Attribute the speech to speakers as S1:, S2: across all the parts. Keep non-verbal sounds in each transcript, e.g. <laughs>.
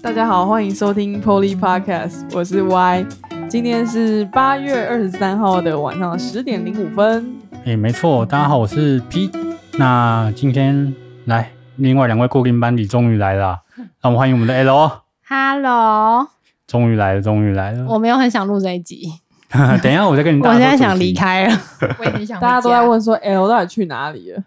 S1: 大家好，欢迎收听 Polly Podcast，我
S2: 嗯
S1: 是 Y，今天是八月二十三号的晚上十点零五分。
S3: 哎，没错，大家好，我是 P。那今天来另外两位固定班底终于来了啊，让我们欢迎我们的 L，哦
S2: Hello，
S3: 终于来了，终于来
S1: 哦
S3: 了。
S2: 我没有很想录这一集，
S3: <laughs> 等一下我再跟你，
S2: 我现在想离。开了。
S4: <laughs> 我也很想回
S1: 大
S4: 家
S1: 家都在问说 L 到底去哪里了？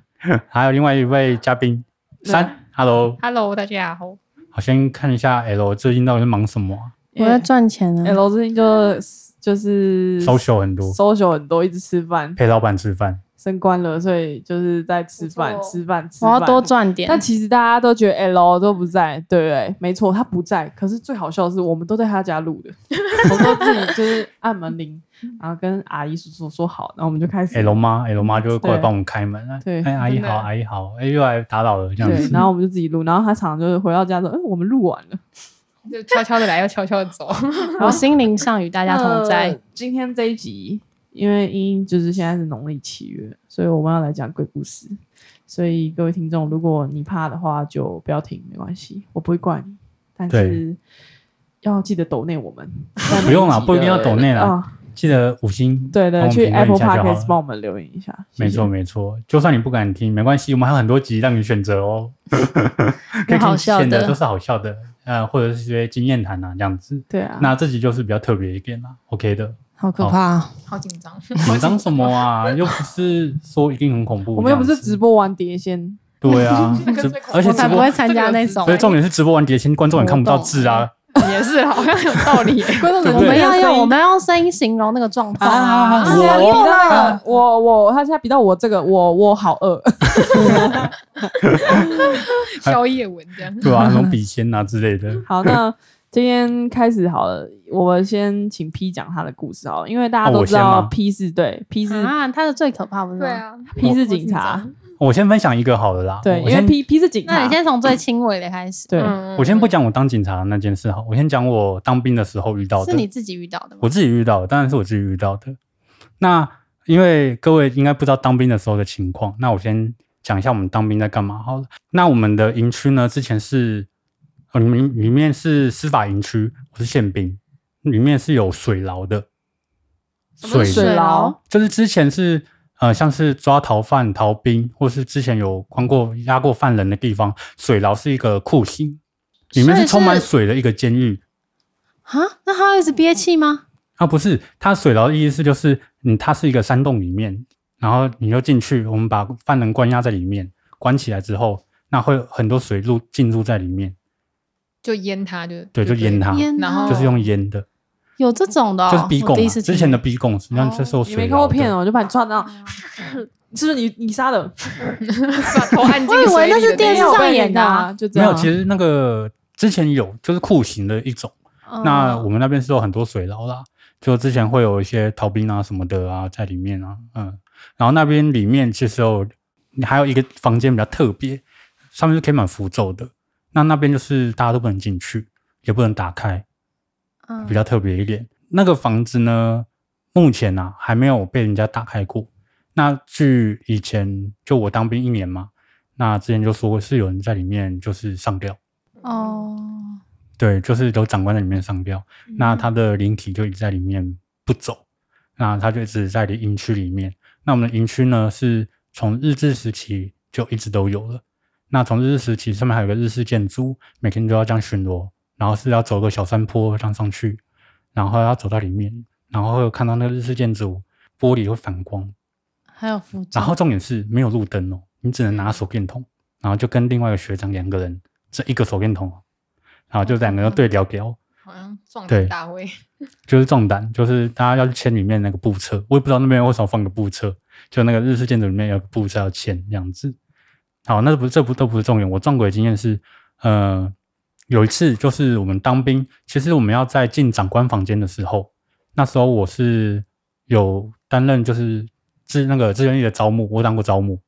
S3: 还有另外一位嘉宾三，Hello，
S4: ，Hello，大家好。
S3: 好，先看一下 L 最近到底是忙什么啊、
S2: 我在赚钱
S3: 哎
S2: 啊，
S1: L 最近就就是
S3: ，social 很多，
S1: social 很多，一直吃饭，
S3: 陪老板吃饭。
S1: 升官了，所以就是在吃饭
S4: 不错
S1: 吃饭吃
S2: 我
S1: 饭。
S2: 要多赚点
S1: 但。其实大家都觉得 L 都不在，对不对？没错，他不在。可是最好笑的是，我们都在他家
S2: <laughs>
S1: 录的，我们都自己就是按门铃，然后跟阿姨叔叔说好，然后我们就开始
S3: L 妈，L 妈就会过来
S1: 对
S3: 帮我们开门。
S1: 对
S3: 哎，阿姨
S4: 真的
S3: 好，阿姨好，哎，又来打扰了这样
S1: 对，
S3: 子。
S1: 然后我们就自己录，然后他常常就是回到家说，嗯，我们录完了，
S4: 就悄悄的来，又悄悄的走。
S2: 我心灵上与
S3: 嗯
S2: 大家同在
S1: 呃。今天这一集，因为因就是现在是农历七月，所以我们要来讲鬼故事。所以各位听众，如果你怕的话，就不要听，没关系，我不会怪你，但是
S3: 对
S1: 要记得抖内我们。
S3: 不用啦，不一定要抖内
S1: 啊、
S3: 啦，记得五星
S1: 对
S3: 帮
S1: 对，
S3: 我们
S1: 去
S3: 评论
S1: Apple
S3: 一下就好
S1: Podcast
S3: 了
S1: 帮我们留言一下。谢谢
S3: 没错，没错，就算你不敢听，没关系，我们还有很多集让你选择哦。可以听
S2: 好笑
S3: 现
S2: 的
S3: 都是好笑的，呃，或者是一些经验谈啊这样子。
S1: 对啊，
S3: 那这集就是比较特别一点啦，OK 的。
S2: 好可怕啊！
S3: 嗯
S4: 好紧张，
S3: 紧张什么啊？又不是说一定很恐
S1: <laughs>
S3: 怖。
S1: 我们又不是
S3: 这
S1: 直
S3: 样子。
S1: 播玩碟仙，
S3: 对啊
S4: 那，个
S3: 直
S4: 最恐怖
S3: 而且
S2: 我
S3: 直
S2: 才不会
S3: 播，
S2: 参加那种
S3: 所以。重点是直播完碟仙，观众也看不到字啊。
S4: <laughs> 也是啦好像有道
S1: <laughs>
S4: 理耶。
S1: 观众
S3: <laughs> 对
S2: 我
S3: 不对
S2: 们要用我们要用声音形容那个状况
S3: 啊
S2: 啊！
S1: 他现在比
S3: 我
S1: 到
S3: 啊
S1: 那个我我，他现在比到我这个我我好
S3: <laughs>
S1: 饿，
S4: <laughs> 宵夜文这样，
S3: 对啊，那种笔仙啊之类的。
S1: 好，那今天开始好了，我们先请 P 讲他的故事好了，因为大家
S3: 哦
S1: 都
S3: 我
S1: 知
S3: 先
S1: 道
S3: 吗
S1: P 是对 P 是
S2: 啊，他的最可怕不是吗？
S4: 对。啊，
S1: P 是警察，
S3: 我先分享一个好了啦。
S1: 对，
S3: 我
S1: 因为
S3: 先
S1: P P 是警
S2: 那
S1: 察
S2: 你，先从最轻微的开始。
S1: 对，
S4: 嗯
S3: 我先不，讲我当警察的那件事好，我先讲我当兵的时候遇到的。
S2: 是你自己遇到的吗？
S3: 我自己遇到的，当然是我自己遇到的。那因为各位应该不知道当兵的时候的情况，那我先讲一下我们当兵在干嘛好了。那我们的营区呢，之前是呃里面里面是司法营区，我是宪兵，里面是有水牢的。
S2: 什么是
S1: 水牢
S2: 牢，
S3: 就是之前是呃，像是抓逃犯、逃兵，或是之前有关过押过犯人的地方，水牢是一个酷刑，里面
S2: 所以
S3: 是充满
S2: 是
S3: 水的一个监狱。
S2: 啊？那他要一直憋气吗？
S3: 啊，不是，它水牢的意思就是，嗯，它是一个山洞里面，然后你就进去，我们把犯人关押在里面，关起来之后，那会有很多水路进入在里面，
S4: 就淹他，就
S3: 对，就淹它，
S2: 天哪
S4: 然后
S3: 就是用淹的，
S2: 有这种的哦，
S3: 就是逼
S2: 我
S3: 供
S2: 第一
S3: 嘛，
S2: 次
S3: 之
S2: 听
S3: 前的逼供，实际上就是有
S1: 你
S3: 水
S1: 没看
S3: 牢
S1: 过
S3: 的。
S1: 片哦，我就把你撞到，
S2: 啊
S1: <laughs> 是不是你你杀的？
S4: 把头按进水里
S2: 我
S4: 的。
S2: 以为哎那是电视上演的啊
S1: 没有被那个啊就这
S3: 没
S1: 样
S3: 有，
S1: 啊。
S3: 其实那个之前有，就是酷刑的一种。
S2: 嗯
S3: 那我们那边是有很多水牢啦，就之前会有一些逃兵啊什么的啊在里面啊，嗯，然后那边里面其实有还有一个房间比较特别，上面是可以满符咒的，那那边就是大家都不能进去，也不能打开，
S2: 嗯
S3: 比较特别一点。那个房子呢，目前啊还没有被人家打开过。那据以前就我当兵一年嘛，那之前就说过是有人在里面就是上吊。
S2: 哦，
S3: 对，就是有长官在里面上吊，那他的灵体就一直在里面不走，那他就一直在营区里面。那我们的营区呢，是从日治时期就一直都有了。那从日治时期上面还有个日式建筑，每天都要这样巡逻，然后是要走个小山坡这样上去，然后要走到里面，然后会有看到那个日式建筑玻璃会反光，
S2: 还有符咒
S3: 然后重点是没有路灯哦，你只能拿手电筒，然后就跟另外一个学长两个人，这一个手电筒哦，然后就两个人对聊聊，
S4: 好像撞
S3: 对
S4: 胆大会，
S3: 就是壮胆，就是大家要去签里面那个布册，我也不知道那边为什么放个布册，就那个日式建筑里面有个布册要签这样子。好，那不这不都不是重点，我撞鬼的经验是，呃，有一次就是我们当兵，其实我们要在进长官房间的时候，那时候我是有担任就是志那个志愿役的招募，我当过招募，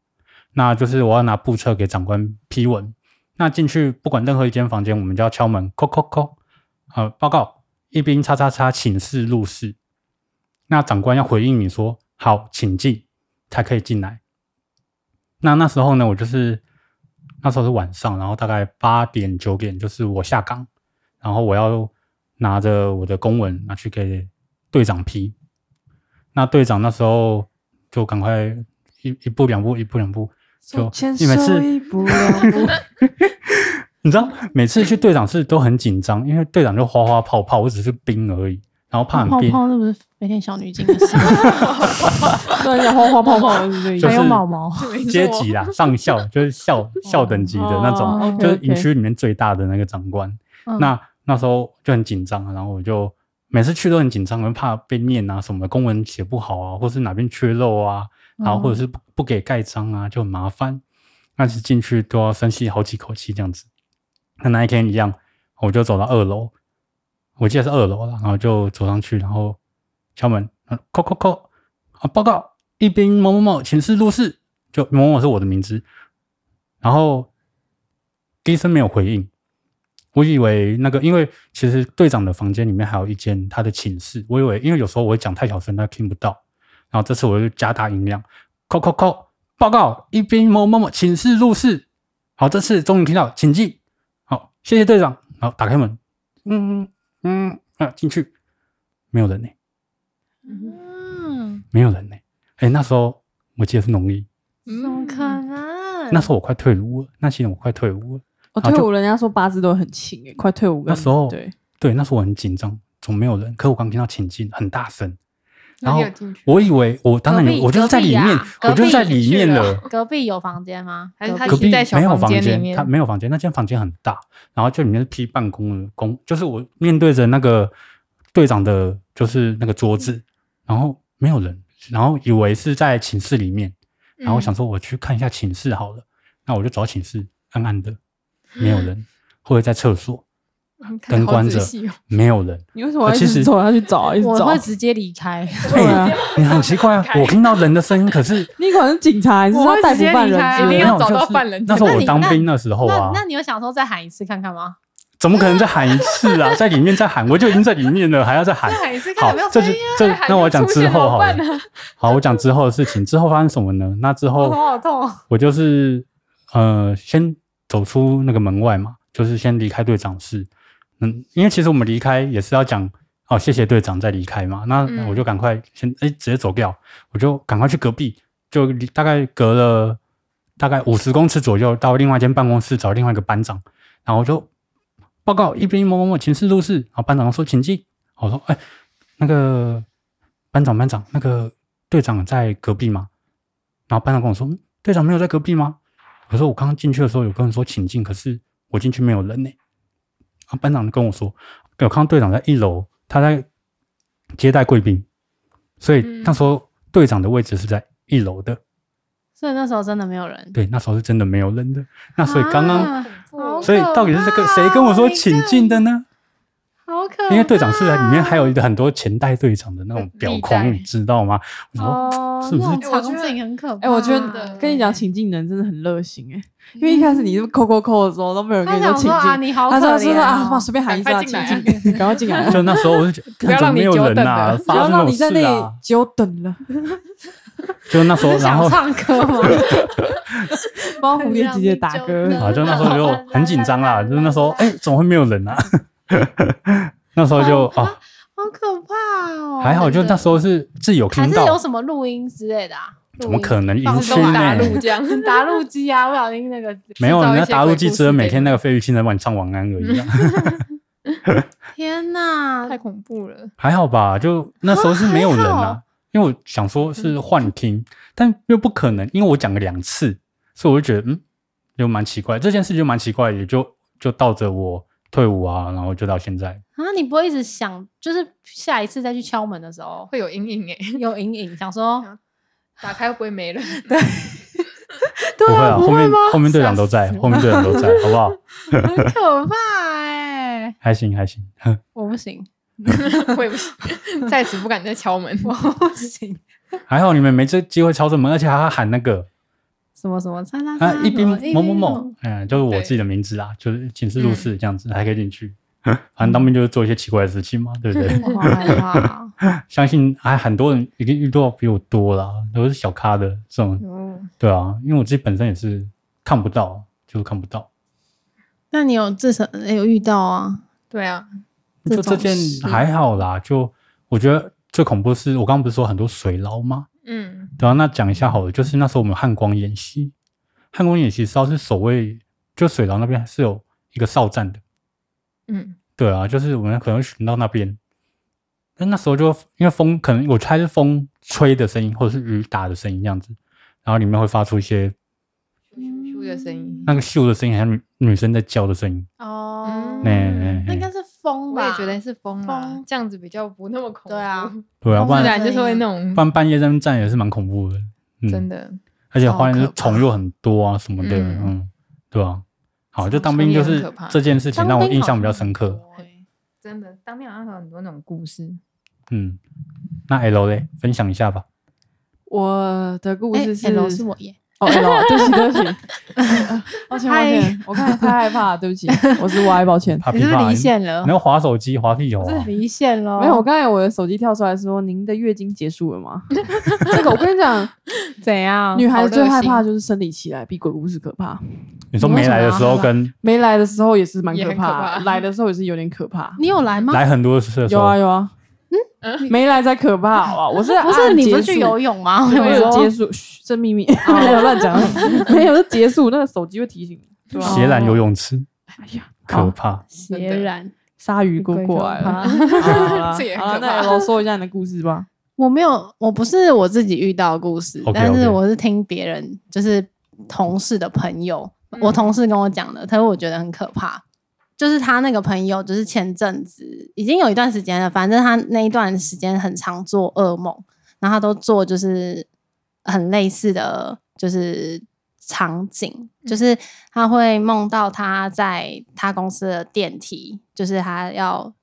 S3: 那就是我要拿布册给长官批文。那进去不管任何一间房间，我们就要敲门，叩叩叩，呃，报告，一兵叉叉叉，请示入室。那长官要回应你说好，请进，才可以进来。那那时候呢，我就是那时候是晚上，然后大概八点九点，就是我下岗，然后我要拿着我的公文拿去给队长批。那队长那时候就赶快一一步两步一步两步，就
S1: 牵
S3: 你每次
S1: 手一步两步，
S3: 你知道每次去队长室都很紧张，因为队长就花花泡泡，我只是冰而已，然后怕很
S2: 哦泡
S3: 冰，
S2: 泡那不是飞天小女警的事吗，
S1: <laughs> 对，讲花花泡泡就是这个意
S3: 就
S1: 思
S2: 还
S3: 是
S2: 有
S1: <laughs>
S2: 毛毛，
S3: 阶级啦，上校就是校校等级的那种，
S1: 哦
S3: 就是
S1: OK，OK
S3: 营区里面最大的那个长官。
S2: 嗯
S3: 那那时候就很紧张，然后我就每次去都很紧张，很怕被念啊什么的，公文写不好啊，或是哪边缺漏啊，然后或者是不不给盖章啊，就很麻烦。但是进去都要深吸好几口气这样子。那那一天一样，我就走到二楼，我记得是二楼了，然后就走上去，然后敲门，啊叩叩叩，啊，报告，一兵某某某请示入室，就某某某是我的名字，然后医生没有回应，我以为那个，因为其实队长的房间里面还有一间他的寝室，我以为因为有时候我会讲太小声，他听不到，然后这次我就加大音量，叩叩叩，报告，一兵某某某请示入室，好，这次终于听到，请进，好，谢谢队长，好，打开门，嗯嗯啊，进去，没有人呢、
S2: <laughs> 嗯，
S3: 没有人呢、哎、那时候我记得是农历，
S4: 怎
S2: 怎么可能？
S3: 那时候我快退伍了，那些年我快退伍了。
S1: 我
S3: 然
S1: 哦退
S3: 后啊就
S1: 伍，人家说八字都很轻诶，快退伍跟
S3: 那时候
S1: 对，
S3: 对，那时候我很紧张，总没有人。可我刚听到请进，很大声，然
S4: 那你
S3: 后
S4: 有进去？
S3: 我以为我当然
S2: 隔壁
S3: 有，我就是在里面，
S2: 隔壁啊
S3: 我就是在
S2: 隔壁
S3: 里面
S2: 去
S3: 了。
S2: 隔壁有房间吗？
S4: 还是他
S2: 隔
S3: 隔
S2: 壁
S3: 壁
S4: 是在小
S3: 没有
S4: 房间里
S3: 间，
S4: 面
S3: 它没有房间，那间房间很大，然后就里面是批办公的公，就是我面对着那个队长的，就是那个桌子，然后没有人，然后以为是在寝室里面，然后
S4: 嗯
S3: 我想说我去看一下寝室好了，那我就找寝室，暗暗的，没有人，或者在厕所，
S4: 嗯 <laughs> 看得
S3: 灯
S4: 好
S3: 关
S4: 仔
S3: 着
S4: 细哦，
S3: 没有人，
S1: 你为什么要一
S3: 其实
S1: 直走下去找啊，一直
S2: 我
S1: 找
S2: 会？直接离开。
S1: <laughs> 对啊，
S3: 你很奇怪啊，我听到人的声音，可是
S4: <laughs>
S1: 你管是警察还是
S4: 我
S1: 要
S4: 会
S1: 逮
S4: 直
S1: 捕
S4: 接
S1: 犯
S4: 离开
S1: 人之类
S4: 一定
S1: 的？
S3: 没
S4: 要
S3: 有
S4: 找到
S3: 就是
S4: 犯人
S3: 那时候
S2: 那
S3: 我
S2: 你
S3: 当
S2: 那
S3: 兵的时候啊
S2: 那，那你有想说再喊一次看看吗？
S3: 怎么可能再喊一次
S2: <laughs>
S3: 啊？在里面再喊，我就已经在里面了，还要再喊
S4: 那。还是看
S3: 好
S4: 有没有，
S3: 这
S4: 声音
S3: 是
S4: 啊
S3: 这
S4: 还
S3: 那
S4: 没
S3: 我讲
S4: 出
S3: 之
S4: 现啊
S3: 后
S4: 怎
S3: 好
S4: 么
S3: 了
S4: 办呢。
S3: 好，我讲之后的事情。之后发生什么呢？那之
S2: 我
S3: 后
S2: 头好痛哦。
S3: 我就是呃，先走出那个门外嘛，就是先离开队长室。嗯，因为其实我们离开也是要讲哦，谢谢队长再离开嘛。那
S4: 嗯
S3: 我就赶快先哎、直接走掉，我就赶快去隔壁，就离大概隔了大概五十公尺左右到另外一间办公室找另外一个班长，然后我就报告一兵某某某，请示入室。然后班长说请进，我说哎、那个班长班长，那个队长在隔壁吗？然后班长跟我说，嗯队长没有在隔壁吗？我说我刚刚进去的时候有跟人说请进，可是我进去没有人呢、然后班长跟我说，有看到队长在一楼，他在接待贵宾，所以
S4: 嗯
S3: 那时候队长的位置是在一楼的。
S2: 所以那时候真的没有人。
S3: 对，那时候是真的没有人的。那所以刚刚，
S2: 啊好
S3: 嗯所以到底是这个谁跟我说请进的呢？
S2: 好可怕，
S3: 因为队长室里面还有很多前代队长的那种表
S4: 历代
S3: 框，你知道吗？我说
S2: 哦，
S3: 是不是
S2: 那种场景很可怕。
S1: 哎，我觉
S4: 真
S1: 得
S4: 的
S1: 跟你讲情境人真的很热心哎，因为一开始你是扣扣扣的时候都没有人跟
S2: 他
S1: 你说
S2: 想
S1: 情
S2: 说啊，
S1: 境，
S2: 你好
S1: 他
S2: 可
S1: 说
S2: 怜
S1: 说
S2: 哦
S1: 啊，妈随便喊一下
S4: 赶快
S1: 情
S4: 进来啊
S1: 境，赶快进
S3: <laughs>
S1: 来，
S3: 就那时候我就觉得，
S4: 不要
S3: 怎么
S4: 让
S3: 没
S4: 你
S3: 有
S4: 久
S3: 人
S4: 等
S3: 啊
S4: 了，
S1: 不
S3: 发
S1: 要
S3: 生什
S1: 让
S3: 么
S1: 你在那
S3: 事
S1: 里
S3: 啊？
S1: 久等了，
S3: 就那时候，然后
S2: <laughs> 想唱歌吗？
S1: 帮蝴蝶姐姐打
S2: 让你久
S1: 歌
S2: 等。
S3: 啊，就那时候就很紧张啦，就是那时候，哎，怎么会没有人啊？ <laughs> 那时候就啊，
S2: 好可怕哦！
S3: 还好，就
S2: 真的
S3: 那时候是自己有
S2: 还
S3: 听
S2: 是
S3: 到，
S2: 有什么录音之类的啊？
S3: 怎么可能营
S4: 放
S3: 区
S4: 松打
S3: 呢？
S4: 陆这样，
S2: 打录机啊？不小心那个，
S3: 没有，
S4: 制
S3: 人
S4: 造一
S3: 家
S4: 些
S3: 打
S4: 鬼
S3: 入机
S4: 故
S3: 只有
S4: 事
S3: 每
S4: 给
S3: 天那个费玉清在晚上晚安而已啊、
S2: 天哪！
S4: 太恐怖了。
S3: 还好吧？就那时候是没有人
S2: 还
S3: 啊
S2: 好，
S3: 因为我想说是幻听，但又不可能，因为我讲了两次，所以我就觉得嗯，就蛮奇怪，这件事就蛮奇怪，也就就到着我退伍啊，然后就到现在，
S2: 啊，你不会一直想，就是下一次再去敲门的时候
S4: 会有阴影哎，
S2: 有阴影，想说
S3: 啊
S4: 打开会不会没人？ <laughs>
S3: 不会
S2: 啊
S3: 啊，
S2: 不
S3: 后面后面队
S4: 吓
S3: 长都在
S4: 死，我
S3: 后面队长都在，好不好？
S2: 很可怕哎，
S3: 还行还行，
S2: 我不行，
S4: 我也不行， <laughs> 在此不敢再敲门。
S2: 我不行，
S3: 还好你们没这机会敲这门，而且还要喊那个
S2: 什么什么叉叉
S3: 啊
S2: 叉
S3: 一兵
S2: 什
S3: 某
S2: 么
S3: 某某，嗯，就是我自己的名字啊，就是寝室入室这样子，还可以进去。反正当兵就是做一些奇怪的事情嘛，对不对？
S2: <laughs> 哦我好害 <laughs> 怕，
S3: 相信还很多人已经遇到比我多啦，都是小咖的这种，
S4: 哦，
S3: 对啊，因为我自己本身也是看不到，就是看不到。
S2: 那你有至少有遇到啊？
S4: 对啊，
S3: 就这
S1: 这种
S3: 件
S1: 事
S3: 还好啦，就我觉得最恐怖的是我刚刚不是说很多水牢吗？
S4: 嗯，
S3: 对啊，那讲一下好了，就是那时候我们汉光演习，汉光演习是要是守卫，就水牢那边是有一个哨站的，
S4: 嗯，
S3: 对啊，就是我们可能会巡到那边。但那时候就因为风，可能我猜是风吹的声音，或者是雨打的声音这样子，然后里面会发出一些
S4: 咻咻的声音，
S3: 那个咻的声音，还有女女生在叫的声音。
S2: 哦，
S3: 嗯哎哎哎
S2: 那应该是风
S4: 我
S2: 吧？哎
S4: 也觉得是风啦
S2: 风，
S4: 这样子比较不那么恐怖。
S2: 对
S4: <laughs>
S2: 啊，
S3: 对啊，不
S4: 不
S2: 风
S3: 然
S4: 然就是会那种
S3: 不然半夜在那边站也是蛮恐怖的。嗯，
S4: 真的，
S3: 而且
S2: 超
S3: 花园就
S2: 可怕
S3: 虫又很多啊什么的，嗯
S4: 嗯
S3: 对吧、好，就
S4: 虫
S3: 当兵就
S4: 也很
S3: 是
S4: 可怕
S3: 这件事情让我印象比较深刻。
S2: 当兵好像很多欸。
S4: 真的，当面好像有很多那种故事。
S3: 嗯，那 L 嘞，分享一下吧。
S1: 我的故事是、
S2: 哎 L 是我耶，
S1: 哦，L，对不起，对不
S2: <laughs>
S1: 起，抱歉，抱歉，我看太害怕了，对不起，我是 Y，抱歉。
S3: 怕
S2: 你是不是
S3: 怕
S2: 离线了
S3: 你？要划手机划屁哦、
S2: 呃是离线了？
S1: 没有，我刚才我的手机跳出来说：“您的月经结束了吗？” <laughs> 这个我跟你讲，
S4: 怎样
S1: 女孩子最害怕就是生理期来，比鬼故事可怕。
S3: 你说没来的时候跟
S1: 没来的时候也是蛮可
S4: 也很可怕
S1: 来的时候也是有点可怕。
S2: 你有来吗？
S3: 来很多次的时
S1: 有
S3: 候
S1: 啊，有啊，嗯，没来才可怕，好不好？我是
S2: 不
S1: 按
S2: 是你不是
S1: 结束
S2: 去
S1: <laughs>
S2: 游泳哦吗？
S1: 我
S2: 我
S1: 有
S2: 说 <laughs>
S1: 结束，嘘这秘密 <laughs> 没有乱讲，没有是结束，那个手机会提醒你。哦对吧
S3: 斜缆游泳池，
S1: 啊哎呀，
S3: 可
S1: 好
S3: 怕。
S2: 血染，
S1: 鲨鱼哥过来了。好啦
S4: 这也很
S1: 好啦啊
S4: 可
S1: 那
S4: 怕
S1: 罗说一下你的故事吧。
S2: 我没有，我不是我自己遇到的故事
S3: OK，OK
S2: 但是我是听别人，就是同事的朋友，
S4: 嗯
S2: 我同事跟我讲的，他说我觉得很可怕。就是他那个朋友，就是前阵子已经有一段时间了，反正他那一段时间很常做噩梦，然后他都做就是很类似的，就是场景，就是他会梦到他在他公司的电梯，就是他要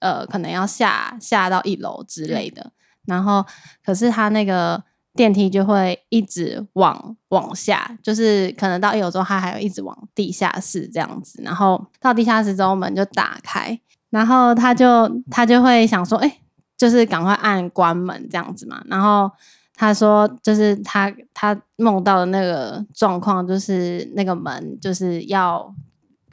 S2: 呃可能要下下到一楼之类的，然后可是他那个电梯就会一直往往下，就是可能到一楼之后，他还有一直往地下室这样子，然后到地下室之后门就打开，然后他就他就会想说，哎、就是赶快按关门这样子嘛，然后。他说，就是他他梦到的那个状况，就是那个门就是要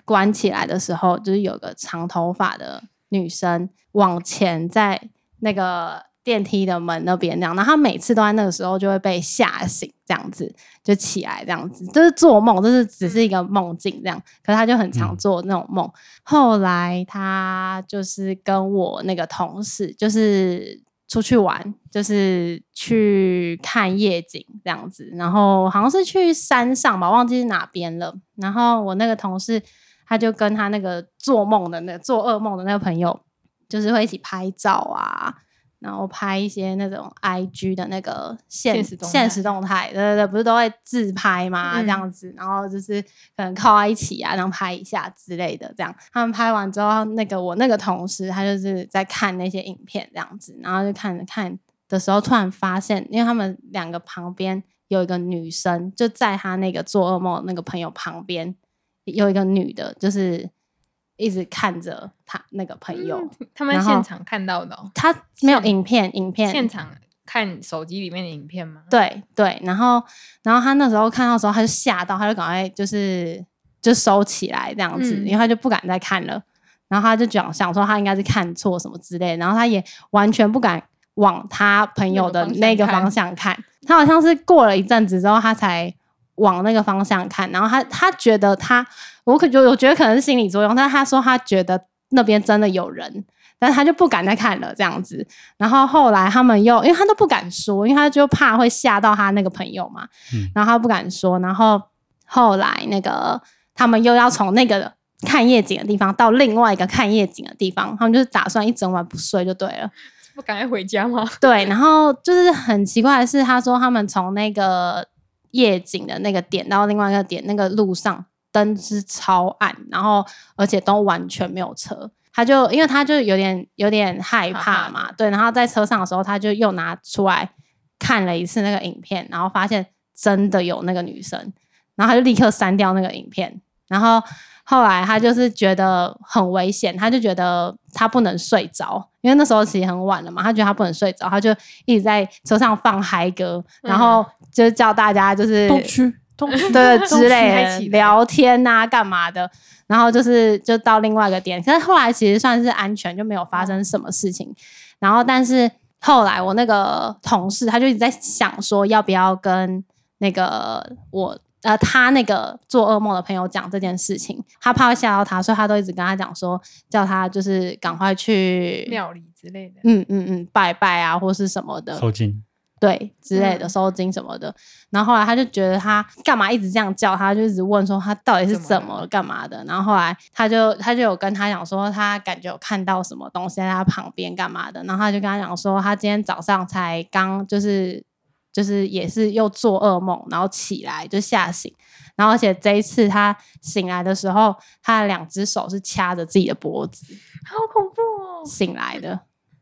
S2: 关起来的时候，就是有个长头发的女生往前在那个电梯的门那边这样，然后他每次都在那个时候就会被吓醒，这样子就起来这样子，就是做梦，就是只是一个梦境这样，可是他就很常
S3: 嗯
S2: 做那种梦。后来他就是跟我那个同事，就是出去玩，就是去看夜景这样子，然后好像是去山上吧，忘记是哪边了。然后我那个同事，他就跟他那个做梦的那个做噩梦的那个朋友，就是会一起拍照啊。然后拍一些那种 I G 的那个现
S4: 现实动态
S2: 现实动态，对对对，不是都会自拍吗？
S4: 嗯
S2: 这样子，然后就是可能靠在一起啊，然后拍一下之类的，这样。他们拍完之后，那个我那个同事他就是在看那些影片这样子，然后就看看的时候，突然发现，因为他们两个旁边有一个女生，就在他那个做噩梦的那个朋友旁边有一个女的，就是一直看着他那个朋友。
S4: 嗯他们
S2: 然后
S4: 现场看到的哦，
S2: 他没有
S4: 现
S2: 影片，影片
S4: 现场看手机里面的影片吗？
S2: 对对，然后然后他那时候看到的时候，他就吓到，他就赶快就是就收起来这样子，
S4: 嗯
S2: 因为他就不敢再看了。然后他就讲想说他应该是看错什么之类的，然后他也完全不敢往他朋友的那
S4: 那
S2: 个
S4: 个
S2: 方
S4: 方
S2: 向看。他好像是过了一阵子之后，他才往那个方向看。然后他他觉得他，我可觉我觉得可能是心理作用，但是他说他觉得那边真的有人，但是他就不敢再看了这样子。然后后来他们又，因为他都不敢说，因为他就怕会吓到他那个朋友嘛，
S3: 嗯
S2: 然后他不敢说。然后后来那个他们又要从那个看夜景的地方到另外一个看夜景的地方，他们就是打算一整晚不睡就对了。
S4: 不赶快回
S2: <laughs>
S4: 家吗？
S2: 对，然后就是很奇怪的是，他说他们从那个夜景的那个点到另外一个点，那个路上灯是超暗，然后而且都完全没有车。他就因为他就有点有点害怕嘛，对，然后在车上的时候，他就又拿出来看了一次那个影片，然后发现真的有那个女生，然后他就立刻删掉那个影片，然后后来他就是觉得很危险，他就觉得他不能睡着，因为那时候其实很晚了嘛，他觉得他不能睡着，他就一直在车上放嗨歌，然后就叫大家就是
S1: 东区，通知
S2: <laughs> 对
S1: <laughs> 通知
S2: 之类
S1: 开
S2: 的
S1: 启了
S2: 聊天啊，干嘛的，然后就是就到另外一个点，可是后来其实算是安全，就没有发生什么事情。然后但是后来我那个同事他就一直在想说，要不要跟那个我呃他那个做噩梦的朋友讲这件事情，他怕会吓到他，所以他都一直跟他讲说，叫他就是赶快去
S4: 庙里之类的，
S2: 嗯嗯嗯，拜拜啊，或是什么的，
S3: 受惊，
S2: 对之类的
S4: 嗯
S2: 收金什么的。然后后来他就觉得他干嘛一直这样叫，他就一直问说他到底是
S4: 怎
S2: 怎
S4: 么
S2: 么
S4: 了
S2: 了干嘛的。然后后来他就他就有跟他讲说他感觉有看到什么东西在他旁边干嘛的。然后他就跟他讲说他今天早上才刚就是就是也是又做噩梦，然后起来就吓醒。然后，而且这一次他醒来的时候，他的两只手是掐着自己的脖子
S4: 好恐怖哦！
S2: 醒来的，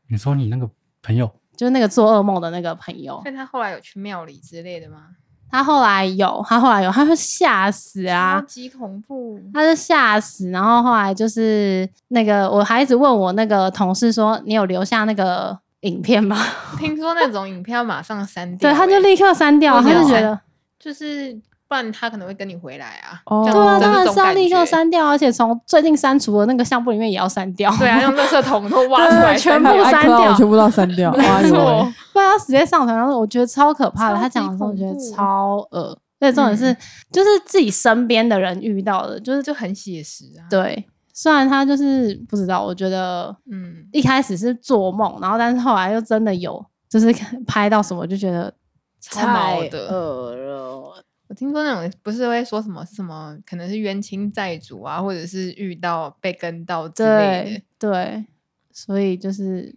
S3: 你说你那个朋友
S2: 就是那个做噩梦的那个朋友
S4: 所。以他后来有去庙里之类的吗？
S2: 他后来有，他后来有，他说吓死
S4: 超
S2: 啊，
S4: 级恐怖，
S2: 他就吓死。然后后来就是那个，我还一直问我那个同事说：“你有留下那个影片
S4: <laughs>
S2: 吗
S4: 听说那种影片要马上删？”掉
S2: 对，
S4: 欸，
S2: 他就立刻删掉，
S4: 为什
S2: 他
S4: 么
S2: 就觉得
S4: 就是不然他可能会跟你回来啊。
S1: 哦
S4: 这样
S2: 对啊，
S4: 子
S2: 当
S4: 这
S2: 然
S4: 种
S2: 是要
S4: 感
S2: 立刻
S4: 觉。
S2: 删掉，而且从最近删除的那个相簿里面也要删掉， <laughs>
S4: 对啊，用垃圾桶都挖出来
S2: 对全
S4: 删
S2: 部
S4: 掉
S2: 删
S1: 哎
S2: 掉 <laughs>
S1: 全部都删掉。
S4: 没
S1: 哇
S4: 错
S1: 哟，
S2: 不然他直接上传。然后我觉得超可怕的，
S4: 超
S2: 他
S4: 级
S2: 讲的时候我觉得
S4: 恐怖
S2: 超恶，而且重点是、
S4: 嗯
S2: 就是自己身边的人遇到的，就是
S4: 就很写实啊。，
S2: 对。虽然他就是不知道，我觉得
S4: 嗯，
S2: 一开始是做梦，然后但是后来又真的有，就是 <laughs> 看拍到什么就觉得
S4: 超毛
S2: 太
S4: 的
S2: 恶了。
S4: 我听说那种不是会说什么什么，可能是冤亲债主啊，或者是遇到被跟到之类的
S2: 对。对，所以就是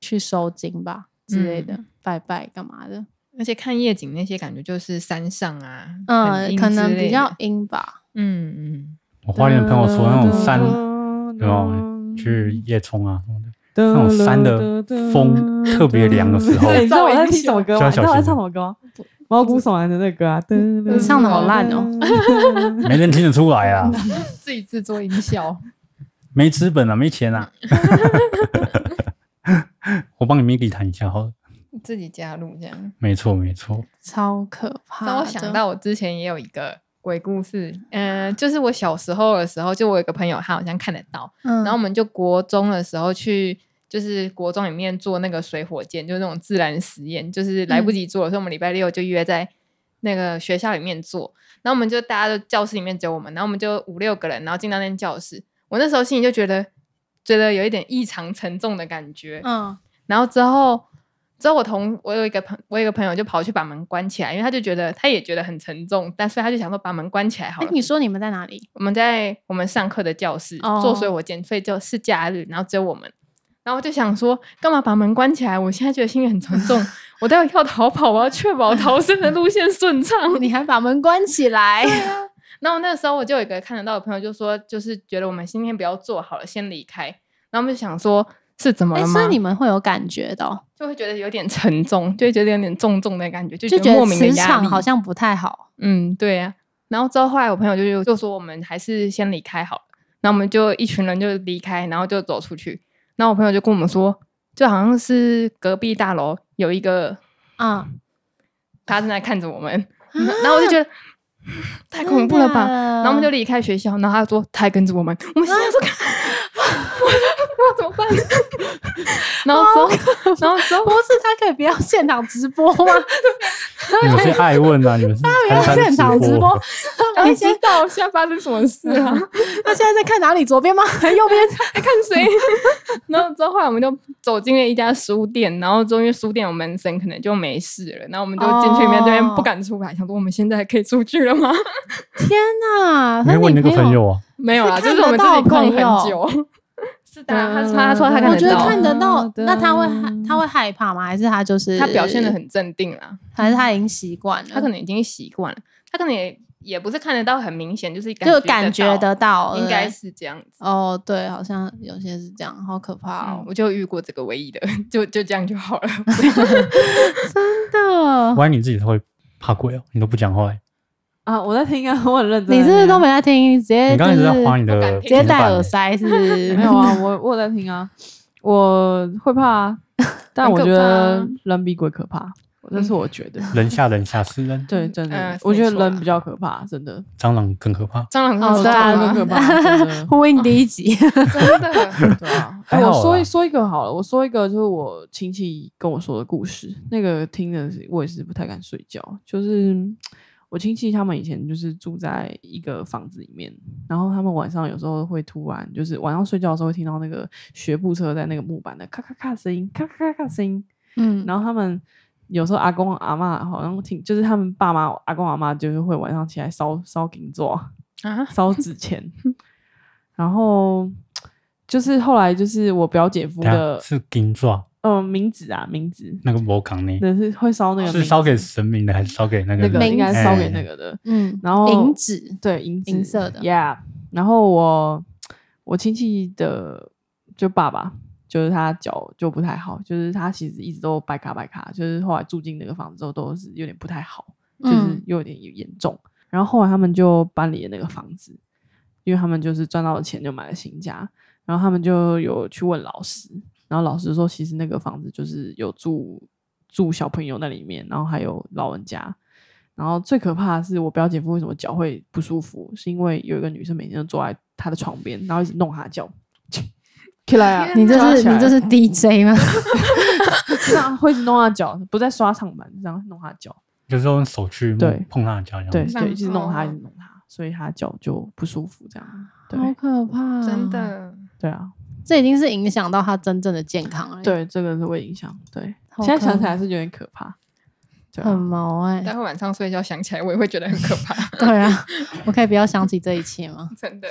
S2: 去收金吧之类的，
S4: 嗯
S2: 拜拜干嘛的？
S4: 而且看夜景那些，感觉就是山上啊，很
S2: 嗯，
S4: 阴
S2: 可
S4: 之
S2: 能
S4: 类
S2: 比较
S4: 的
S2: 阴吧。
S4: 嗯嗯，
S3: 我花莲的朋友说
S1: 呃
S3: 那种山
S1: 有
S3: 没有去夜冲啊什么的，那种山的风特别凉的时候
S1: 对你知道我
S2: <laughs>
S1: 在听什么歌吗？你知
S3: 就要小心
S1: 道我在唱什么歌吗？毛骨悚然的那个歌啊，
S2: 你唱得好烂哦 <laughs>
S1: 哦。
S3: 没人听得出来啊，
S4: 嗯 <laughs> 自己制作音效，
S3: 没资本啊，没钱
S1: <laughs>
S3: 啊。我帮你 Miki 弹一下好了，
S4: 自己加入这样。
S3: 没错没
S1: <laughs>
S3: 错，
S2: 超可怕的！
S4: 让我想到我之前也有一个鬼故事，嗯、就是我小时候的时候，就我有一个朋友，他好像看得到，
S2: 嗯，
S4: 然后我们就国中的时候去，就是国中里面做那个水火箭，就是那种自然实验，就是来不及做了，所以我们礼拜六就约在那个学校里面做。然后我们就大家就教室里面只有我们，然后我们就五六个人，然后进到那间教室。我那时候心里就觉得，觉得有一点异常沉重的感觉。
S2: 嗯
S4: 然后之后，之后我同我有一个朋，我有一个朋友就跑去把门关起来，因为他就觉得他也觉得很沉重，但所以他就想说把门关起来好
S2: 哎
S4: 了，。
S2: 你说你们在哪
S4: <laughs>
S2: 里？
S4: 我们在我们上课的教室、
S2: 哦
S4: 做水火箭，所以就是假日，然后只有我们。然后我就想说，干嘛把门关起来？我现在觉得心里很沉
S2: <laughs>
S4: 重，我待会要逃跑，我要确保逃生的路线顺
S2: <laughs>
S4: 畅。
S2: 你还把门关起来？
S4: 然后那时候我就有一个看得到的朋友就说，就是觉得我们今天不要做好了，先离开。然后我们就想说，是怎么
S2: 哎，
S4: 了吗？
S2: 所以你们会有感觉的哦，
S4: 就会觉得有点沉重，就会觉得有点重重的感觉，就
S2: 就
S4: 觉
S2: 觉
S4: 得
S2: 得
S4: 莫名的
S2: 磁
S4: 压力。
S2: 场好像不太好。
S4: 嗯，对呀、然后之后后来我朋友就就说我们还是先离开好了，然后我们就一群人就离开，然后就走出去。然后我朋友就跟我们说，就好像是隔壁大楼有一个
S2: 嗯，
S4: 他正在看着我们，
S2: 啊
S4: <laughs> 然后我就觉得。太恐怖了吧！然后我们就离开学校，然后他说他还跟着我们，我们心想说，
S2: 啊
S4: <laughs> 我怎么办？ <laughs> 然后之
S2: 哦
S4: 后，然后之后
S2: 不是他可以不要现场直播吗？ <laughs>
S3: 你们是爱问啊，你们是
S2: 没有
S3: 参
S2: 现
S3: 参
S2: 场直 <laughs> 播，他
S4: 你
S2: 每
S4: 知
S2: 天
S4: 道现在发生什么事了、
S2: <laughs> 他现在在看哪里？左边吗？右边？
S4: 在看谁？ <laughs> 然后之后后来我们就走进了一家书店，然后终于书店我们神可能就没事了，然后我们就进去里面，这边
S2: 哦
S4: 不敢出来，想说我们现在可以出去了吗？
S2: <laughs> 天哪！
S3: 没问你那个朋
S2: 友，
S3: 友啊，
S4: 没有啦，
S2: <laughs> 是
S4: 就
S2: 看
S4: 是我们
S2: 得
S4: 自己
S2: 到的
S4: 逛
S2: 朋嗯 <laughs>
S4: 很久。是的啊，他说他说他看
S2: 我觉
S4: 得
S2: 得
S4: 到
S2: 看，得到。
S1: 对
S2: 那他会害他会害怕吗？还是他就是
S4: 他表现的，很镇定啦，
S2: 还是他已经习惯了？
S4: 他可能已经习惯了，他可能也也不是看得到很明显，就是
S2: 就感觉得
S4: 得
S2: 到，
S4: 到，应该
S2: 对
S4: 是这样子。
S2: 哦，对，好像有些是这样，好可怕
S4: 啊
S2: 哦！，
S4: 我就遇过这个唯一的，就就这样
S2: <laughs>
S4: 就好了。
S2: 真的，
S3: 万一你自己会怕鬼哦，你都不讲话欸，
S1: 啊，我在听啊， <laughs> 我很认真在听啊。
S2: 你是不是都没在听？你直
S1: 哎
S2: 接
S3: 你刚才一
S2: 就
S3: 直在
S2: 是
S3: 划你
S4: 不敢
S3: 的平
S2: 直
S4: 听
S2: 接
S3: 板
S2: 戴
S3: 欸
S2: 耳塞是不是？ <laughs>
S1: 没有啊，我我有在听啊，我会怕啊，但
S2: <laughs>
S4: 很
S1: 我
S4: 可
S1: 觉
S4: 怕
S1: 得
S4: 啊
S1: 人比鬼可怕。这是我觉得。
S2: 嗯
S3: 人吓人吓死人，
S1: 对，真的，
S4: 呃
S1: 我觉得
S4: 没错啊
S1: 人比较可怕，真的。
S3: 蟑螂更可怕。
S4: 蟑螂
S2: 哦
S4: 很
S2: 对
S1: 蟑
S2: 啊
S1: 螂更可怕，真的
S2: 呼应第一集，
S4: <laughs> 真的，
S1: 对啊，
S3: 还
S1: 哎，我
S3: 好
S1: 说
S3: 啦
S1: 一说一个好了，我说一个就是我亲戚跟我说的故事，那个听的我也是不太敢睡觉。就是我亲戚他们以前就是住在一个房子里面，然后他们晚上有时候会突然就是晚上睡觉的时候会听到那个学步车在那个木板的咔咔咔声音，咔咔咔咔声音，
S2: <laughs> 嗯，
S1: 然后他们有时候阿公阿妈好像听，就是他们爸妈阿公阿妈就是会晚上起来烧烧金抓。
S2: <laughs>
S4: 啊，
S1: <laughs> 烧纸钱，然后就是后来就是我表姐夫
S3: 等下
S1: 的
S3: 是金爪
S1: 嗯、呃、名字啊名字，
S3: 那个摩扛呢？
S1: 那是会烧那个
S3: 是
S1: 名
S3: 烧
S1: 字
S3: 给神明的还是烧给那个
S1: 那
S3: 人？
S1: 个应该是
S3: 哎
S1: 烧给那个的，
S2: 嗯，
S1: 然后
S2: 银纸，
S1: 对银
S2: 银
S1: 子
S2: 色的
S1: ，Yeah。然后我我亲戚的就爸爸，就是他脚就不太好，就是他其实一直都白卡白卡，就是后来住进那个房子之后都是有点不太好。就是
S2: 嗯
S1: 有点严重。然后后来他们就搬离了那个房子，因为他们就是赚到了钱就买了新家。然后他们就有去问老师，然后老师说，其实那个房子就是有住住小朋友在里面，然后还有老人家。然后最可怕的是，我表姐夫为什么脚会不舒服，是因为有一个女生每天都坐在他的床边，然后一直弄他的脚。 <laughs> 起来啊！
S2: 你这
S1: 抓起
S2: 是
S1: 来
S2: 你这是 DJ 吗？
S1: 这样会一直弄他的脚，不在刷唱板，这样弄他的脚。
S3: 就是用手去
S1: 对
S3: 碰辣椒，这样
S1: 对
S3: 子
S1: 对，一直弄他，
S4: 哦
S1: 一直弄他，所以他脚就不舒服，这
S2: 哦
S1: 样。对
S2: 好可怕，
S4: 真，的，
S1: 对啊，
S2: 这已经是影响到他真正的健康了，，
S1: 对，这个是会影响。对，
S2: 好
S1: 现在想
S2: 可
S1: 起来是有点可怕。对
S2: 很
S1: 啊，
S2: 毛哎，
S4: 待会晚上睡觉想起来，我也会觉得很可怕，
S2: <laughs> 对啊，我可以不要想起这一切吗？
S4: 真的。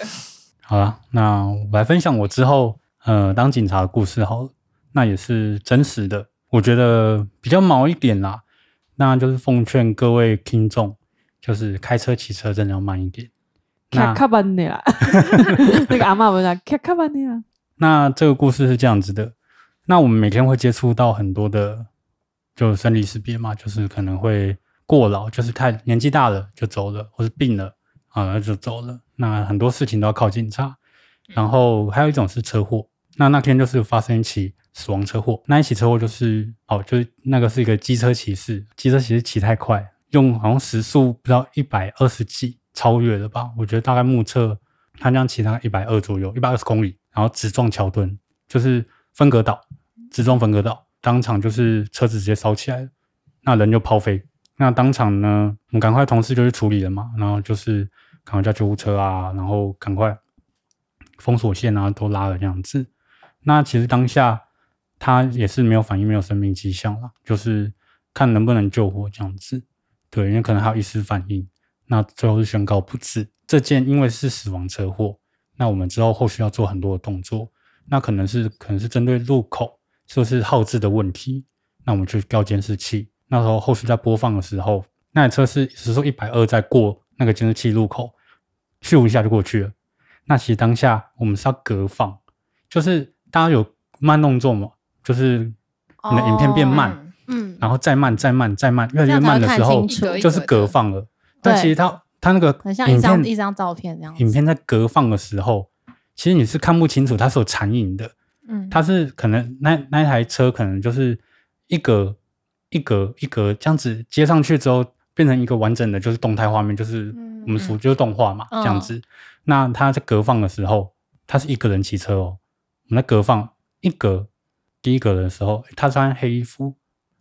S3: 好了，那我来分享我之后呃当警察的故事好了，那也是真实的，我觉得比较毛一点啦。那就是奉劝各位听众，就是开车、骑车真的要慢一点。
S1: 卡
S3: 那
S1: 卡班 <laughs> 尼啦，啊那个阿嬷不是讲卡卡班尼啦，
S3: 那这个故事是这样子的，那我们每天会接触到很多的，就生离死别嘛，就是可能会过劳，就是太年纪大了就走了，或是病了啊、就走了。那很多事情都要靠警察，然后还有一种是车祸。那那天就是发生一起死亡车祸，那一起车祸就是哦，就是那个是一个机车骑士，机车骑士骑太快，用好像时速不知道一百二十几超越了吧，我觉得大概目测他这样骑大概一百二左右，一百二十公里，然后直撞桥墩，就是分隔岛，直撞分隔岛，当场就是车子直接烧起来了，那人就抛飞。那当场呢，我们赶快同事就去处理了嘛，然后就是赶快叫救护车啊，然后赶快封锁线啊，都拉了这样子。那其实当下他也是没有反应，没有生命迹象啦，就是看能不能救活这样子。对，因为可能还有一丝反应。那最后是宣告不治。这件因为是死亡车祸，那我们之后后续要做很多的动作，那可能是可能是针对路口是不是耗资的问题，那我们去调监视器。那时候后续在播放的时候，那台车是时速一百二在过那个监视器路口，咻一下就过去了。那其实当下我们是要隔放，就是大家有慢动作嘛，就是
S2: 哦
S3: 你的影片变慢，
S2: 嗯，
S4: 嗯
S1: 啊
S3: 然后再慢再慢再慢，越来
S2: 这
S3: 越
S2: 样才
S3: 慢
S2: 会
S3: 的
S2: 看
S3: 时候
S2: 清，楚，
S3: 就是隔放了。但
S2: 对
S3: 其实它它那个
S2: 很像一
S3: 影
S2: 张
S3: 片
S2: 一张照片这样子
S3: 影片在隔放的时候，其实你是看不清楚它是有残影的，
S4: 嗯，
S3: 它是可能那那一台车可能就是一格一格一格这样子接上去之后，变成一个完整的，就是动态画面，就是
S2: 嗯
S3: 我们俗就是动画嘛，
S2: 嗯
S3: 这样子。那它在隔放的时候，它是一个人骑车哦，我们在隔放一格第一格的时候，他穿黑衣服，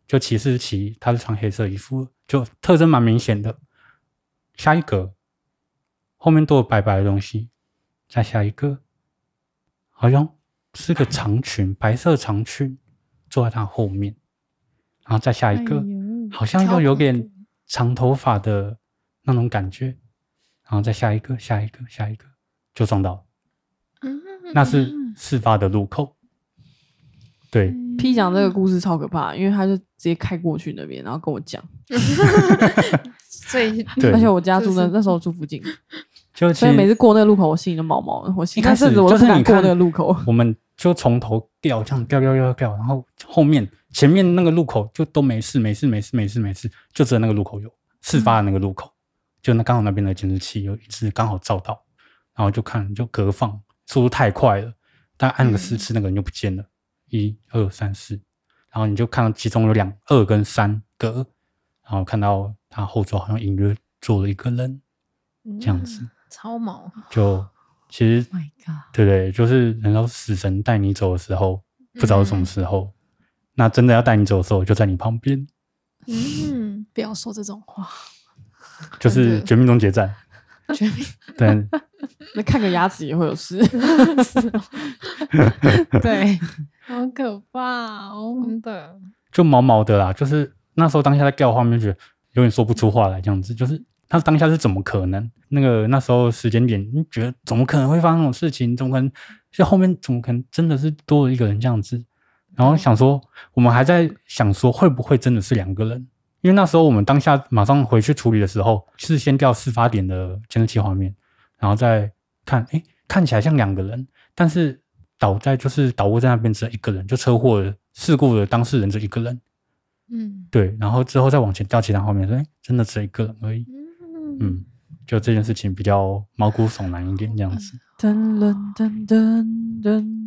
S3: 就骑士骑，他是穿黑色衣服，就特征蛮明显的。下一格后面都有白白的东西，再下一个，好像是个长裙，白色长裙，坐在他后面，然后再下一个，好像又有点长头发的那种感觉，然后再下一个，下一个，下一个，就撞到了，那是事发的路口，对，
S2: 嗯
S1: P 讲这个故事超可怕，因为他就直接开过去那边，然后跟我讲，
S4: 最
S3: 对
S1: 而且我家住
S4: 就
S1: 那
S4: 是
S1: 那时候住附近，所
S3: 就其
S1: 以
S3: 实
S1: 每次过那个路口，我心里就毛毛的，我
S3: 一
S1: 心
S3: 开
S1: 那
S3: 始
S1: 阵子我
S3: 就
S1: 都不
S3: 是
S1: 敢
S3: 你
S1: 过
S3: 看
S1: 那个路 <laughs> 口，
S3: 我们就从头掉，这样掉掉掉掉，然后后面前面那个路口就都没事，没事，没事，没事，没事，就只有那个路口有事发的那个路口，就那刚好那边的监视器有一次刚好照到，然后就看就隔放，速度太快了，大概按个四次，那个人就不见了，一二三四，然后你就看到其中有两二跟三歌，然后看到他后座好像隐约坐了一个人，这样子
S4: 嗯超毛，
S3: 就其实
S2: My God，
S3: 对对，就是难道死神带你走的时候，不知道是
S4: 嗯
S3: 什么时候，那真的要带你走的时候，就在你旁边，
S4: 嗯，
S2: 不要说这种话，
S3: 就
S4: 真
S3: 是
S4: 的
S3: 《绝命终结战
S4: 绝命》
S3: 对。
S1: 那看个牙齿也会有 <laughs> 事。
S2: 对，好可怕哦。
S4: 真的，
S3: 就毛毛的啦，就是那时候当下在掉画面，觉得有点说不出话来，这样子，就是他当下是怎么可能？那个那时候时间点，你觉得怎么可能会发生这种事情？怎么可能？就后面怎么可能真的是多了一个人这样子？然后想说，我们还在想说会不会真的是两个人？因为那时候我们当下马上回去处理的时候，是先调事发点的监视器画面，然后再看，诶，看起来像两个人，但是倒在就是倒卧在那边只有一个人，就车祸的事故的当事人只有一个人，
S4: 嗯
S3: 对，然后之后再往前调其他画面，说，哎，真的只有一个人而已，
S4: 嗯，
S3: 嗯，就这件事情比较毛骨悚然一点这样子，
S1: 噔噔噔噔噔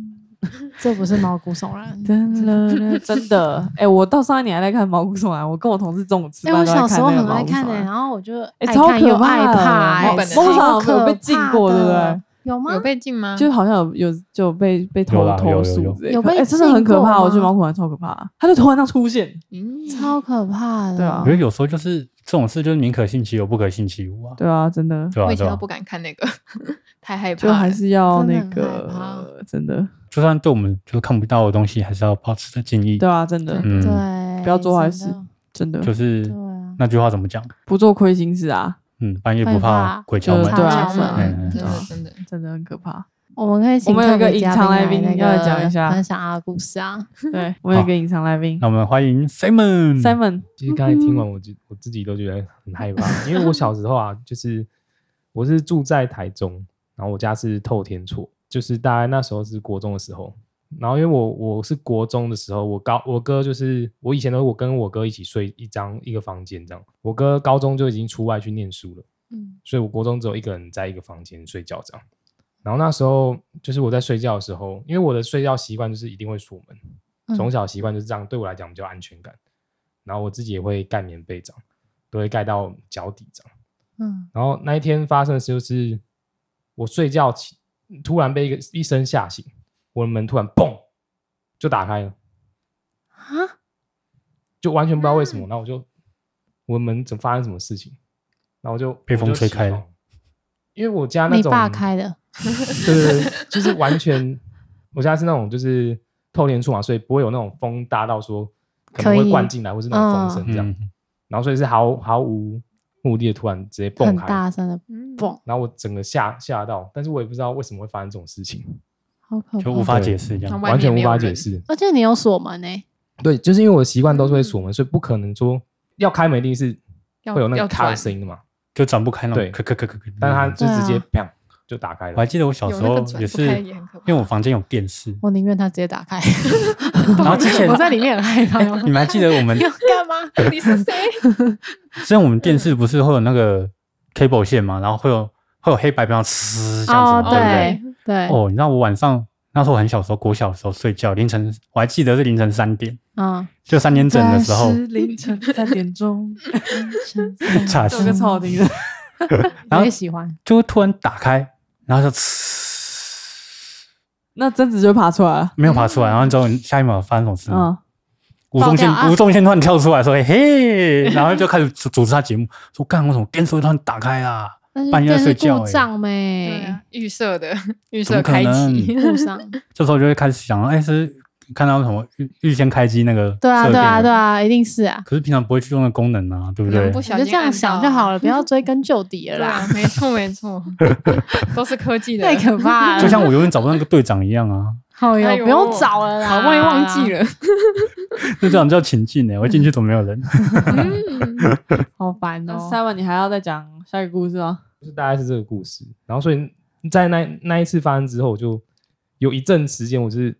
S2: 这不是毛骨悚然。
S1: 噔噔，真的，哎、我到上一年还在看毛骨悚然，我跟我同事中午吃
S2: 哎、
S1: 饭
S2: 我
S1: 都在
S2: 小时候
S1: 那
S2: 很
S1: 个毛
S2: 爱
S1: 骨
S2: 看
S1: 悚
S2: 的、
S1: 然。
S2: 然后我就
S1: 哎
S2: 爱
S1: 超
S2: 看
S1: 可
S2: 又
S1: 怕
S2: 爱
S1: 的
S2: 怕、
S4: 猫
S2: 哎
S4: 本人
S2: 超
S4: 通
S1: 常
S2: 可
S1: 有被禁
S2: 怕
S1: 过对不
S2: 的
S1: 对？
S2: 有吗
S4: 有？被禁吗？
S1: 就好像有有就被被
S3: 有
S1: 投
S3: 啦有
S1: 投
S3: 有
S1: 诉
S3: 有
S1: 之类的，
S2: 有
S1: 可
S2: 被
S1: 哎真的很
S2: 禁
S1: 可
S2: 过
S1: 怕，我觉得
S2: 吗
S1: 毛骨悚然超可怕，他就突然这样出现，
S4: 嗯，
S2: 超可怕的，
S1: 对啊
S3: 因嗯为有时候就是这种事就是宁可信其有，不可信其无啊，
S1: <laughs> 对啊，真的，
S3: 对吧、
S4: 我以前
S3: 对吧、
S4: 都不敢看那个，太害怕
S1: 就
S4: 了，
S1: 还是要
S2: 真的
S1: 那
S2: 很害
S1: 个真的，
S3: 就算对我们就是看不到的东西，还是要保持着敬意，
S1: 对啊，真的
S4: 嗯
S3: 嗯，
S2: 对，
S1: 不要做坏
S2: 真
S1: 事
S2: 的
S1: 真的
S3: 就是
S2: 对啊，
S3: 那句话怎么讲？
S1: 不做亏心事啊，
S3: 嗯，半夜
S2: 半
S3: 不
S2: 夜
S3: 怕
S2: 怕
S3: 鬼敲门
S1: 就是，对啊
S4: 敲门
S3: 嗯嗯
S4: 真的
S3: 嗯
S4: 真的，
S1: 真的很可怕。
S2: 我们可以请
S1: 我们有一个
S2: 特别嘉
S1: 隐藏来宾
S2: 那个
S1: 要来讲一下
S2: 分享他的故事啊。
S1: <laughs> <laughs> 对我有一个隐藏来宾
S3: 那我们欢迎 Simon。
S1: Simon，
S5: 其实刚才听完，我就我自己都觉得很害怕，因为我小时候啊，就是我是住在台中，然后我家是透天厝，就是大概那时候是国中的时候，然后因为我我是国中的时候，我高我哥就是我以前都是我跟我哥一起睡一张一个房间这样，我哥高中就已经出外去念书了，
S2: 嗯，
S5: 所以我国中只有一个人在一个房间睡觉这样。然后那时候就是我在睡觉的时候，因为我的睡觉习惯就是一定会锁门，从
S2: 嗯
S5: 小习惯就是这样，对我来讲比较安全感。然后我自己也会盖棉被这样，都会盖到脚底这样。
S2: 嗯，
S5: 然后那一天发生的事就是，我睡觉起突然被一个一声吓醒，我的门突然嘣就打开了，
S2: 啊，
S5: 就完全不知道为
S2: 嗯
S5: 什么。然后我就我的门怎么发生什么事情，然后我就
S3: 被风
S5: 我就
S3: 吹
S5: 起
S3: 开了
S5: 床，因为我家那
S2: 你
S5: 种
S2: 爸开的，
S5: <laughs> 对对对，就是完全，我家是那种就是透天处嘛，所以不会有那种风大到说可能
S2: 可
S5: 会
S2: 以
S5: 灌进来，或是那种风声这样。
S3: 嗯，
S5: 然后所以是毫毫无目的的突然直接蹦
S2: 很
S5: 开，
S2: 大声的
S4: 嗯
S2: 蹦，
S5: 然后我整个吓吓到，但是我也不知道为什么会发生这种事情，
S2: 好可
S3: 就无
S2: 怕。
S3: 法
S5: 对
S3: 解释这
S4: 然
S3: 样
S4: 后。外
S5: 完全
S4: 面
S5: 无
S4: 没有
S5: 法解
S4: 人
S5: 释。
S2: 而且你有锁门欸呢、
S5: 对，就是因为我的习惯都是会锁门，所以不可能
S2: 嗯
S5: 说要开门一定是
S4: 要
S5: 会有那
S4: 要
S5: 个咔的
S4: 转嗯
S5: 声音的嘛，
S3: 就转不开那种，
S5: 对
S3: 咳咳咳咳嗯咳。
S5: 但它就
S2: 对啊
S5: 直接砰就打开
S3: 我还
S5: 了。
S3: 记得我小
S4: 有
S3: 时
S4: 那
S3: 候
S4: 个转
S3: 也
S4: 不
S3: 是，
S4: 开也
S3: 因
S4: 很可
S3: 为
S4: 怕
S3: 我 <laughs> 房间有电视，
S2: 我宁愿他直接打开。
S3: <laughs> 然后之前
S2: <laughs> 我在里面很害怕。
S3: 哎你们还
S2: <laughs>
S3: 记得我们
S2: 要干嘛？
S3: <laughs>
S4: 你是谁？
S3: 之前我们电视不是会有那个 cable 线嘛，然后会有会有黑白标呲这样子嘛，
S2: 哦，
S3: 对不
S2: 对
S3: 对？
S2: 对，
S3: 哦，你知道我晚上那时候我很小时候，国小的时候睡觉，凌晨我还记得是凌晨三点，
S2: 嗯，
S3: 就三点整的时候
S1: 但，是凌晨三点钟，<laughs>
S3: 差
S1: 这首歌超好听的， <laughs>
S3: 然
S2: 我
S3: 后
S2: 也喜欢。
S3: 就会突然打开，然后就呲，
S1: 那贞子就爬出来了。
S3: 没有爬出来，然后之后你下一秒发生什么事吗？
S1: 嗯，
S3: 吴宗宪
S2: 爆掉啊
S3: 吴宗宪突然跳出来说：“嘿，然后就开始主主持他节目，说干为什么电视会突然打开啊？
S2: 但是
S3: 半夜
S2: 电视
S3: 睡觉
S2: 故
S3: 哎
S2: 障
S4: <laughs> 对
S2: 没
S4: 啊，预设的预
S3: 怎
S4: 设
S3: 么可
S4: 开
S3: 能
S4: 启，
S2: 故障。
S3: 这时候就会开始想，哎、是看到什么预预先开机那个
S2: 对啊，
S3: 设定
S2: 对啊，
S3: 了
S2: 对啊，一定是啊。
S3: 可是平常不会去用的功能啊，对不
S4: 可
S3: 对
S4: 能？不
S2: 你
S4: 小
S2: 就
S4: 心
S2: 这样
S4: 按
S2: 想
S4: 到
S2: 就好了，不要追根究底了
S4: <laughs> 对啊 <laughs>
S2: 啦，，
S4: 没错没
S3: <laughs>
S4: 错，都是科技的，
S2: 太可怕了。
S3: 就像我永远找不到那个队长一样啊，
S2: 好哟
S4: 哎，呦
S2: 不用找了啦，
S4: 好不容易忘记，了，
S3: 队长叫情境呢、我一进去怎么没有 <laughs> 人？
S4: 嗯
S2: 好烦
S1: 那
S2: 哦。
S1: Simon，你还要再讲下一个故事吗？
S5: 就是大概是这个故事。然后所以在那那一次发生之后，我就有一阵时间我就是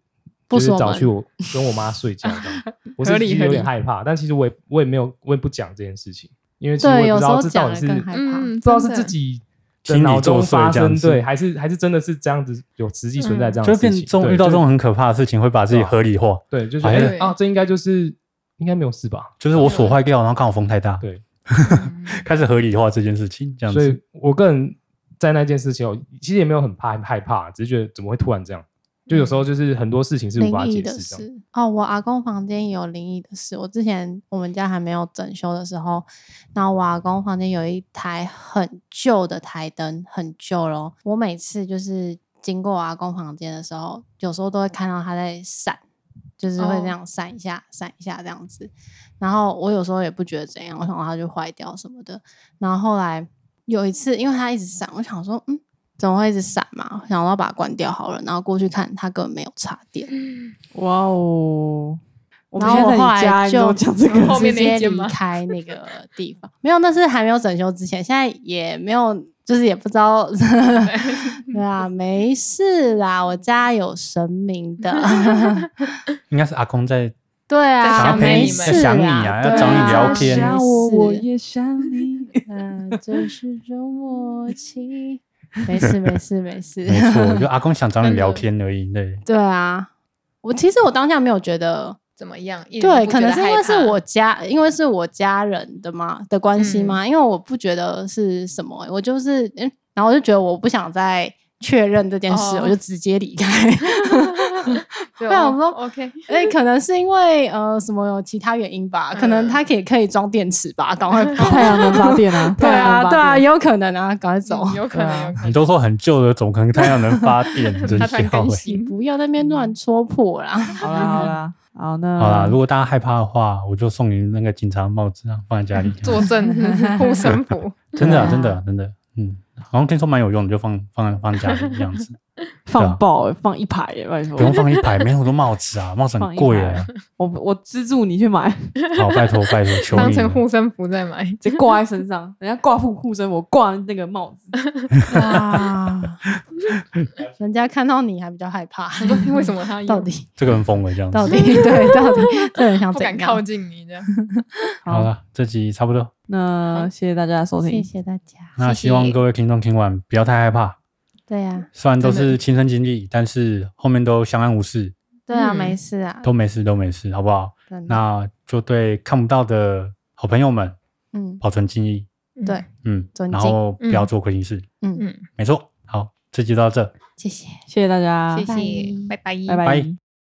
S2: 不
S5: 就是
S2: 锁
S5: 找
S2: 门
S5: 去我跟我妈睡觉这样，我
S4: 合
S5: 是
S4: 理
S5: 其实
S4: 合
S5: 有点
S4: 理
S5: 害怕，但其实我也我也没有我也不讲这件事情，因为其实我
S2: 对，
S5: 也
S2: 有
S5: 不知
S2: 时
S5: 道
S2: 候
S5: 这
S2: 讲
S5: 到底
S2: 了
S5: 是
S2: 更
S5: 不
S2: 害
S4: 嗯，
S2: 怕。
S5: 知道是
S4: 真的
S5: 自己的
S3: 心理
S5: 脑
S3: 作
S5: 中
S3: 祟
S5: 发
S3: 这样
S5: 生
S3: 子
S5: 对，还是还是真的是这样子有实际
S2: 嗯
S5: 存在这样
S3: 就是
S5: 的事
S3: 变
S5: 情，
S3: 中
S5: 对
S3: 遇到啊
S5: 就
S3: 这种很可怕的事情，会把自己合理化。
S5: 对，就是
S3: 哎
S5: 哎啊，这应该就是应该没有事吧？
S3: 就是我锁坏掉，然后刚好风太大，
S5: 对，
S4: 嗯
S3: 开始合理化这件事情，这样
S5: 所
S3: 子
S5: 以我个人在那件事情后，其实也没有很怕害怕，只是觉得怎么会突然这样？就有时候就是很多事情是无
S2: 灵
S5: 法
S2: 异
S5: 解
S2: 的
S5: 释这样。
S2: 事哦，我阿公房间也有灵异的事。我之前我们家还没有整修的时候，然后我阿公房间有一台很旧的台灯，很旧咯。我每次就是经过我阿公房间的时候，有时候都会看到它在闪，就是会
S4: 哦
S2: 这样闪一下、闪一下这样子。然后我有时候也不觉得怎样，我想说它就坏掉什么的。然后后来有一次，因为它一直闪，我想说，嗯，怎么会一直闪嘛？想要把它关掉好了。然后过去看，它根本没有插电。
S1: 哇哦！我们
S2: 然
S1: 现
S2: 后
S1: 在
S2: 我后
S1: 在你家，
S2: 来
S1: 你跟
S2: 就
S1: 我讲这 <laughs>
S4: 后
S1: 个，
S4: 面
S2: 直
S4: 那一
S2: 接
S4: 间
S2: 离
S4: 吗
S2: 开那个地方，没有，那是还没有整修之前，现在也没有，就是也不知
S4: <laughs>
S2: 道，
S3: <laughs>
S2: 对啊，没事啦，我家有神明
S4: <laughs>
S2: 的，
S3: 应该是阿公在
S2: 对
S4: 在
S2: 啊，
S4: 想陪
S2: 没
S4: 你们
S2: 事
S3: 想你
S2: 啦
S3: 啊
S2: 对
S3: 要找你聊天
S2: 没
S1: 想我，我
S2: 事
S1: 也想你。
S2: 嗯，这是种默契，没事，没事，没事，
S3: 没 <laughs> 错，就阿公想找你聊天而已。对，
S2: <laughs> 对啊，我其实我当下没有觉得。
S4: 怎么样？一点都
S2: 对，
S4: 不
S2: 可
S4: 觉
S2: 能
S4: 得
S2: 是因
S4: 害
S2: 为是
S4: 怕
S2: 我家，因为是我家人的嘛的关系
S4: 嗯
S2: 嘛，因为我不觉得是什么欸、我就是嗯，然后我就觉得我不想再确认这件事，
S4: 哦
S2: 我就直接离
S4: <laughs>
S2: 开。
S4: 对
S2: 会有
S4: 我
S2: 吗
S4: OK，
S2: 哎、可能是因为呃什么有其他原因吧，可能
S4: 嗯啊
S2: 它可以可以装电池
S4: <laughs>
S2: 吧，赶快跑。
S1: <laughs> 太阳能发电 <laughs> 啊，
S2: 对
S1: 太阳
S2: 啊，
S1: 能
S2: 对
S1: 发
S2: 啊，
S1: 电，
S2: 有可能啊，赶快 <laughs> 走。
S4: 嗯有可
S1: 对啊
S4: 能，有可
S3: <laughs>
S4: 能
S3: 你都
S4: <laughs>
S3: 说很旧了，怎么可能太阳能发电？ <laughs> 真
S4: 他
S3: 笑
S4: 突然更
S3: 欸
S4: 新
S2: 你 <laughs> 不要在那边乱戳破啦！
S1: 好啦好啦好，那
S3: 好啦，如果大家害怕的话，我就送你那个警察帽子啊，放在家里。
S4: 作证 <laughs> 护身符，
S3: 真的啊、
S2: 对啊
S3: 真的、啊、真的，嗯，好像听说蛮有用的，就放放放家里这样子，对啊
S1: 放爆欸放一排欸，拜
S3: 不用
S1: 托，
S3: 放一排，没那么多帽子啊，帽子很贵哎、
S1: 我我资助你去买， <laughs>
S3: 好，拜托拜托，求
S4: 当
S3: 你
S4: 成
S3: 了。
S4: 护身符在买，
S2: <laughs>
S1: 直接挂在身上， <laughs> 人家挂护护身，我挂那个帽子，
S2: 哇，人家看到你还比较害怕，
S4: 为什么他有
S2: 到底
S3: 这个人疯了这样
S2: 到
S3: 子。
S2: 底对到底这人想
S4: 不
S2: 怎
S4: 敢
S2: 样
S4: 靠？近你这样？
S3: 好了，这集差不多，
S1: 那谢谢大家的收
S2: 谢
S1: 听，
S2: 谢大家。
S3: 那
S4: 谢谢
S3: 希望各位听众听完不要太害怕，
S2: 对啊呀、
S3: 虽然都
S4: 真
S3: 是亲身经历，但是后面都相安无事，
S2: 对啊，
S4: 嗯
S2: 没事啊，
S3: 都没事都没事，好不好？
S2: 真的，
S3: 那就对看不到的好朋友们
S2: 嗯，
S3: 保存敬意，
S2: <laughs> 对，
S3: 嗯，
S2: 尊
S3: 然
S2: 敬
S3: 后不要做亏心事，
S2: 嗯，
S4: 嗯，
S3: 没错。好，这集就到这。
S2: 谢谢。
S1: 谢谢大家
S4: 谢，谢，
S2: 拜
S4: 拜
S1: 拜
S4: 拜，
S3: 拜
S1: 拜。